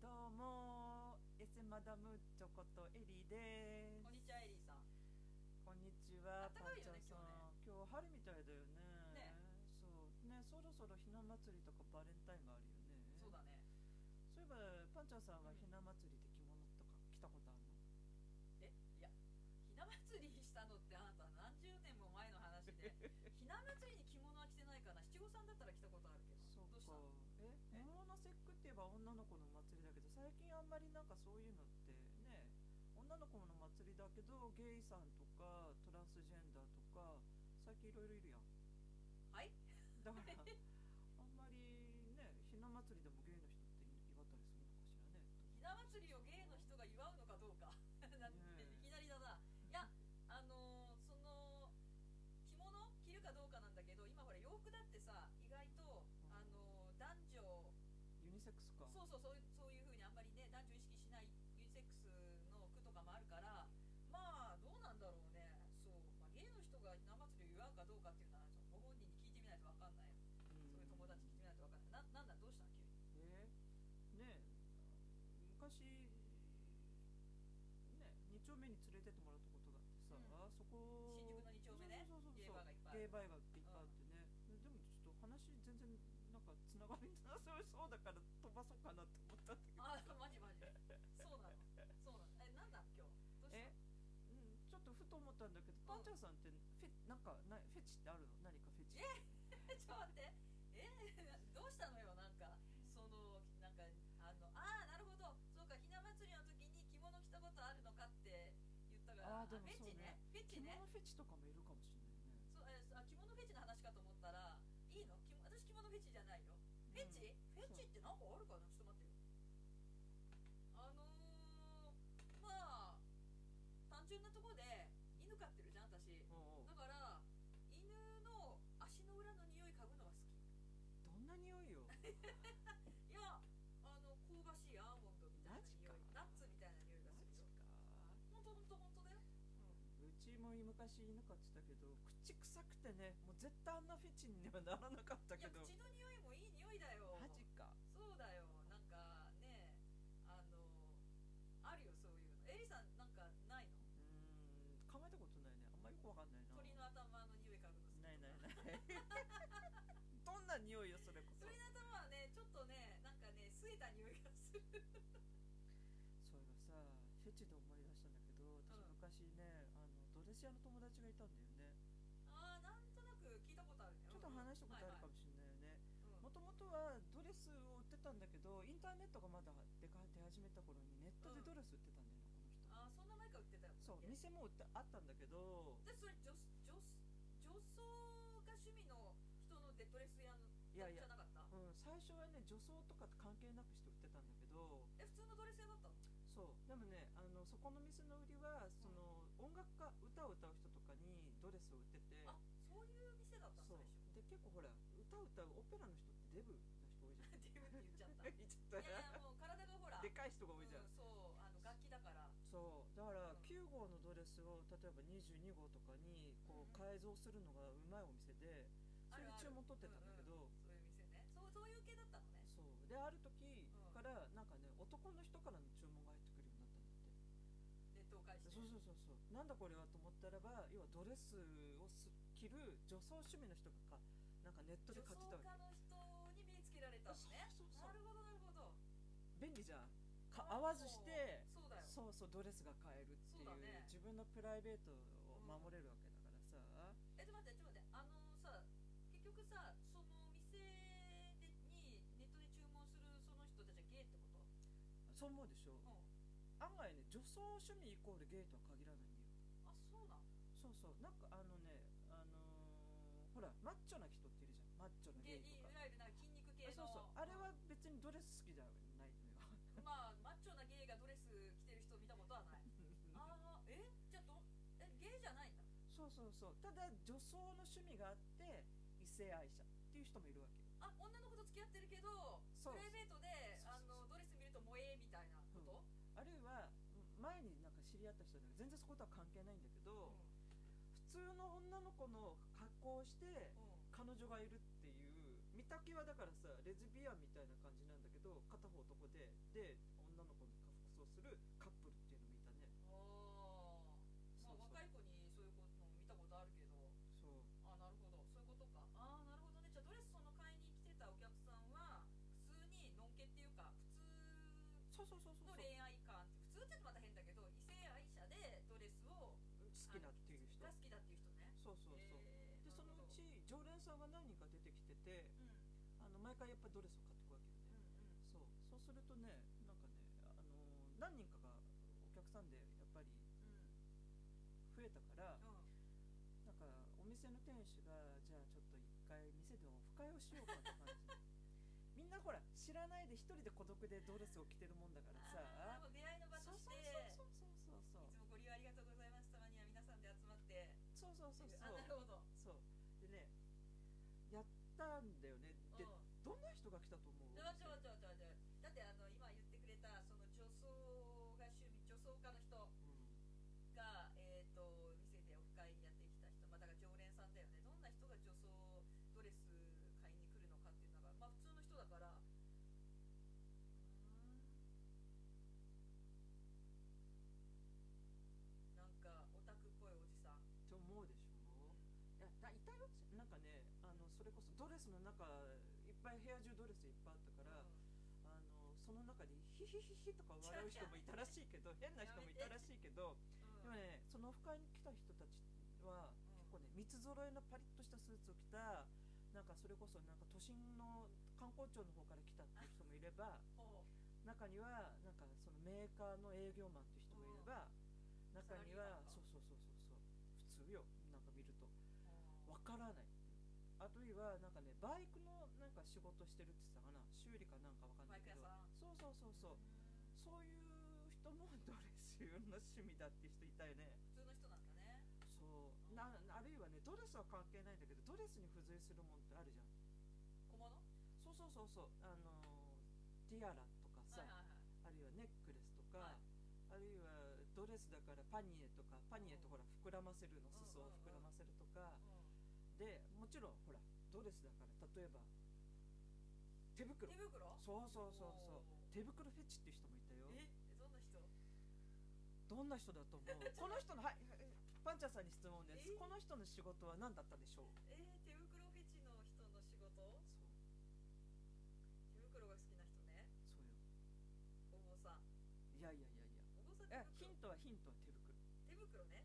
どうもエスマダムチョコとエリーですこんにちはエリーさんこんにちあはったかいよねパンちゃんさん今日春みたいだよねねそうねそろそろひな祭りとかバレンタインがあるよねそうだねそういえばパンちゃんさんはひな祭りで着物とか着たことあるの、えいやひな祭りしたのってあなた何十年も前の話でひな祭りに着物は着てないかな七五三だったら着たことあるけどそうどうしたのかええ桃の節句って言えば女の子の祭りだけど最近あんまりなんかそういうのってね女の子の祭りだけどゲイさんとかトランスジェンダーとか最近いろいろいるやんはいだからあんまりねひな祭りでもゲイの人って祝ったりするのかしらねひな祭りを芸の人が祝うのかどうか なんてねえいきなりだないやあのーその着物着るかどうかなんだけど今ほら洋服だってさ意外と、うんあのー男女ユニセックスかそうそうそうそういうふうにあんまりね男女意識しないユニセックスの句とかもあるからまあどうなんだろうねそう、まあ、芸の人がひな祭りを祝うかどうかっていうのはちょっとご本人に聞いてみないと分かんないようんそういう友達聞いてみないと分かんないななんだどうしたの 急にえーねえ昔ね2丁目に連れてってもらったことがあってさ、う新宿そこの二丁目ねそうそうそうそうゲイバーがいっぱいゲイバーがいっぱいあってね、でもちょっと話全然なんかつながりなさそうだから飛ばそうかなって思ったんだけどあマジマジそうなのそうなのえなんだ今日どうしたえうんちょっとふと思ったんだけどパンチャーさんってフェなんかなフェチってあるの何かフェチえ ちょっと待ってえ どうしたのよなんかそのなんかあのああなるほどそうかひな祭りの時に着物着たことあるのかって言ったからあーでもフェチそうねねフェ着チね物フェチとかもいるかもしれないねそうえーあ着物フェチの話かと思ったらいいの着物私着物フェチじゃないよフェチ、うんフェチってなんかあるかなちょっと待ってよあのー、まあ単純なとこで犬飼ってるじゃん私おうおうだから犬の足の裏の匂い嗅ぐのが好きどんな匂いよいやあの香ばしいアーモンドみたいなマジ匂かいナッツみたいな匂いがするよ本当本当本当だよ、うちも昔犬飼ってたけど口臭くてねもう絶対あんなフェチにはならなかったいけやど口の匂いもいい匂いだよマジかそうだよなんかねあのあるよそういうのエリさんなんかないのうーん考えたことないねあんまよくわかんないな鳥の頭の匂い嗅ぐの好きないない ないどんな匂いよそれこそ鳥の頭はねちょっとねなんかね吸えた匂いがするそういえばさフェチで思い出したんだけど私昔ね、あのドレス屋の友達がいたんだよねああなんとなく聞いたことあるねちょっと話したことあるかもししれないよねれないもともとはドレスを売ってたんだけどインターネットがまだ出か出始めた頃にネットでドレス売ってたんだよね、この人ああそんな前から売ってたよそうで店も売ってあったんだけどそれ女女女装が趣味の人のデッドレス屋のいやいじゃや、なかったうん、最初はね女装とか関係なくして売ってたんだけどえ普通のドレス屋だったのそうでもねあのそこの店の売りはその、音楽家歌を歌う人とかにドレスを売っててあそういう店だったのそう最初で結構ほら歌を歌うオペラの人ってデブな人多いじゃんデブ って言っちゃったい言っちゃっやいやもう体がほら たでかい人が多いじゃうん、ん、そうあの楽器だからそうだかうらん9号のドレスを例えば22号とかにうんこう改造するのがうまいお店でそれで注文取ってたんだけどあるあるうんうんそういう店ねそうそういう系だったのねそうである時うんからなんかね男の人からの注文が入ってくるようになったんだっネてットを介してそうそうそうそうなんだこれはと思ったらば要はドレスをす着る女装趣味の人がかなんかネットで女買って装たわ家の人けに目つけられたのねそうそうそなうるほどなるほど便利じゃんかあ合わずしてそうそうだよそうそうドレスが買えるってそいううだね自分のプライベートを守れるわけだからさ、えちょっと待ってちょっと待ってあのさ結局さその店でにネットで注文するその人たちはゲイってことそう思うでしょう案外ね女装趣味イコールゲイとは限らないんだよんあそうなのそうそうなんかあのねあのーほらマッチョな人っているじゃんマッチョなゲイゲイいとわかゆるなんか筋肉系あのそうそうあれは別にドレス好きじゃないのよまあマッチョなゲイがドレス着てる人見たことはないああえじゃあどえゲイじゃないんだそうそうそうただ女装の趣味があって異性愛者っていう人もいるわけよあ女の子と付き合ってるけどプそうライベートでそうあそうのそうドレス見ると萌えみたいなこと、あるいはうん前になんか知り合った人だけど全然そことは関係ないんだけうんど、普通の女の子の格好をして彼女がいるっていう見た目はだからさレズビアンみたいな感じなんだけど片方男でで女のするカップルっていうのもいたねまあ若い子にそういうことも見たことあるけどそうあなるほどそういうことかあーなるほどねじゃあドレスその買いに来てたお客さんは普通にのんけっていうか普そうそうそう通そうのそう恋愛観普通ってまた変だけど異性愛者でドレスを好きだっていう人が好きだっていう人ねそうそうそうえーでそのうち常連さんが何人か出てきててなるほどうんあの毎回やっぱりドレスを買ってくわけうんうよねんそうそうするとねなんかねあのー何人かがお客さんでやっぱりう増えたからんうんなんかお店の店主がじゃあちょっと一回店でオフ会をしようかって感じみんなほら知らないで一人で孤独でドレスを着てるもんだからさあーなるほど出会いの場そとうしてそういそうそうそうそうつもご利用ありがとうございますたまには皆さんで集まってそうそうそうそうあなるほどそうでねやったんだよねでうんどんな人が来たと思うちょちょちょちょちょだってあの今言ってくれたその女装が趣味女装家の人がえうんっ、と店でオフ会やってきた人まあだから常連さんだよねどんな人が女装ドレス買いに来るのかっていうのがまあ普通の人だからうーんなんかオタクっぽいおじさんって思うでしょいやだいたよなんかねあのそれこそドレスの中いっぱい部屋中ドレスいっぱいあったから、うんあのその中にヒヒヒヒとか笑う人もいたらしいけど変な人もいたらしいけどでうんもねそのオフ会に来た人たちは結構ね三つ揃えのパリッとしたスーツを着たなんかそれこそなんか都心の観光庁の方から来たっていう人もいればほう中にはなんかそのメーカーの営業マンっていう人もいれば中にはサラリーマンかそうそうそうそうそう普通よなんか見るとほうわからないあるいはなんかねバイクのなんか仕事してるって言ってたかな修理かなんかわかんなバいイクけ屋どさんそうそうそうそうそういう人もドレスの趣味だって人いたよね普通の人なんだねそうなあるいはねドレスは関係ないんだけどドレスに付随するもんってあるじゃん小物そうそうそうそうあのーティアラとかさ、はいはいはいあるいはネックレスとはか、いあるいはドレスだからパニエとかパニエとほら膨らませるのうん裾を膨らませるとか、うんでもちろんほらドレスだから例えば手袋手袋そうそうそうそうおー手袋フェチっていう人もいえたよどんな人どんな人だと 思うこの人のはいはいパンチャーさんに質問です、えーこの人の仕事は何だったでしょうえー、手袋フェチの人の仕事そう手袋が好きな人ねそうよお坊さんいやいやいやいやお坊さんえ手ヒン袋トはヒントは手袋う手袋ねん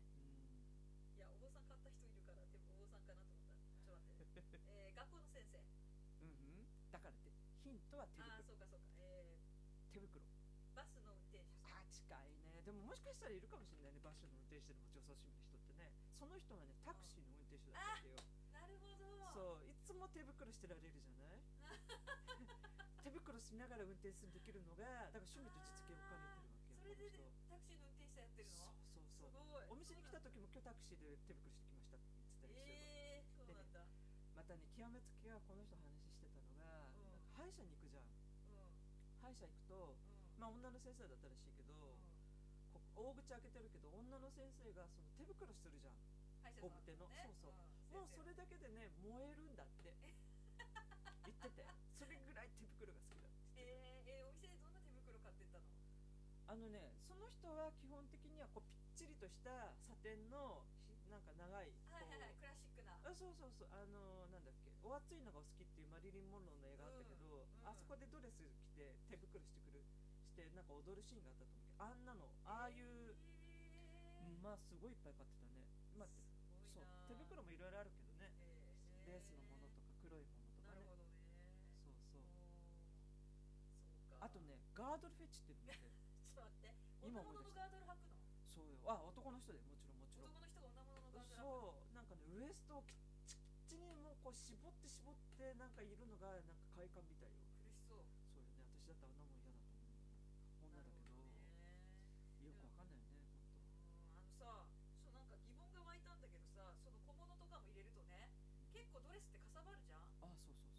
いやお坊さん買った人いるから手お坊さんかなと思ったちょっと待って、 えー、学校の先生うんうんだからってヒントは手ああそ袋うかそうかえー、手袋バスの運転手さんあ近いねでももしかしたらいるかもしれないねバスの運転手でも女装趣味の人ってねその人はねタクシーの運転手だったんだよなるほどそういつも手袋してられるじゃない 手袋しながら運転するできるのがだから趣味と実現を兼ねてるわけそれで、ねタクシーのよこの、運転手さんやってる人のすごいそうそうそうお店に来た時も今日タクシーで手袋してきましたって言ってたりすえー、そるのうなんだ、またね極めつけはこの人話してたのが、うんなんか歯医者に行くじゃんうん歯医者行くうとんまあ女の先生だったらしいけど、うんこ大口開けてるけど女の先生がその手袋してるじゃん歯医者さんゴム手のねそうそうんも先生うそれだけでね燃えるんだって言っててそれぐらい手袋が好きだって言ってえー、えー、お店でどんな手袋買ってったのたあのねその人は基本的にはこうぴっちりとしたサテンのひなんか長いこはいうはいはいクラシックなあそうそうそうあのーなんだっけお熱いのがお好きっていうマリリン・モンローの映画あったけど、うんうんあそこでドレス着て手袋してくるしてなんか踊るシーンがあったと思うけどあんなのああいう、えーまあすごいいっぱい買ってたね、まあ、すごいそなう手袋もいろいろあるけどねレースのものとか黒いものとなるかねほどねそうそうそうかあとねガードルフェチって言ってちょっと待って今女物思い出のガーしドル履くのそうよあ男の人でもちろんもちろん男の人が女物のガードル履くのそうなんかねウエストをきっちきっちにもうこう絞って絞ってなんかいるのがなんか快感みたいよ苦しそうそうよね私だったらあんなもん嫌だと思う女だけなどるほどねよくわかんないよねうんあのさちょっとなんか疑問が湧いたんだけどさその小物とかも入れるとね結構ドレスってかさばるじゃんほんとあそうそう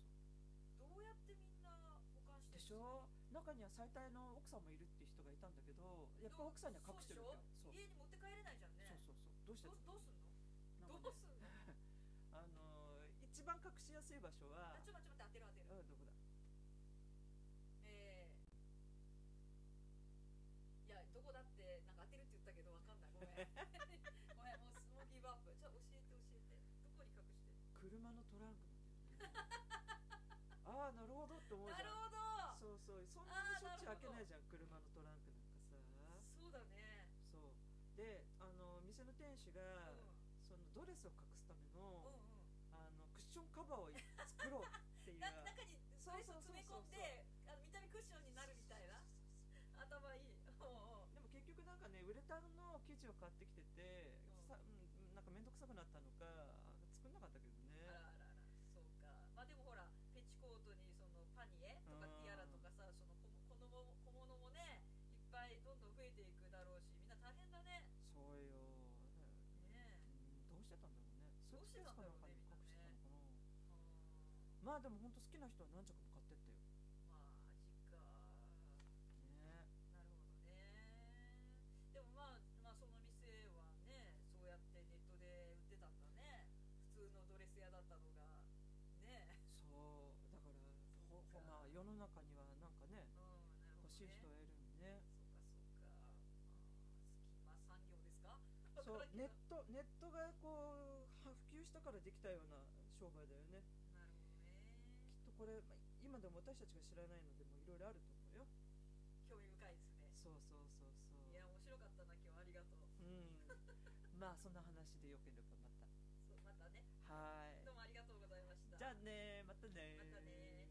そうどうやってみんな保管してるでしょ中には最大の奥さんもいるって人がいたんだけどやっぱ奥さんには隠してるわけよそそううでしょ家に持って帰れないじゃんねそうそうそうどうしてどうどうすんのなんどかうねすんのあのー一番隠しやすい場所はあちょっと待って待って当てる当てるあどこえーいやだ 車のトランクなんだよね ああなるほどって思うなじるゃんほどそうそうそんなにしょっちゅうあーなるほど開けないじゃん車のトランクなんかさそうだねそうであの店の店主うんがそのドレスを隠すためうんうのんあのクッションカバーを作ろうっていうな中にそそうれそうそうそう詰め込んであの見た目クッションになるみたいな頭いいおうおうでも結局なんかねウレタンの生地を買ってきてて、うんさうんなんか面倒くさくなったのか作んなかったけどあらねあらあらそうかまあでもほらペチコートにそのパニエとかうんティアラとかさその小小物も小物もねいっぱいどんどん増えていくだろうしみんな大変だねそうよ、ねえうんどうしてたんだろうねどうしてたんだろうねそういうスペースかなんかに隠してたのかなうんまあでも本当好きな人は何着も買ってったよまあ味かねなるほどね。でもまあ、まあ、その店はね、そうやってネットで売ってたんだね。普通のドレス屋だったのが。ね。そうだからほそうかほまあ世の中にはなんかねうん、なるほど、ね。欲しい人そうか、がいるんでねそうか。まあ、隙間産業ですか。そうわからんけネッどトネットがこうは普及したからできたような商売だよねなるほどね。きっとこれ、まあ今でも私たちが知らないのでもいろいろあると思うよ興味深いですね。そうそうそうそういや、面白かったな、今日ありがとう。 うんまあそんな話でよければまそうまたね。たはーいどうもありがとうございました。じゃあねまたねまたね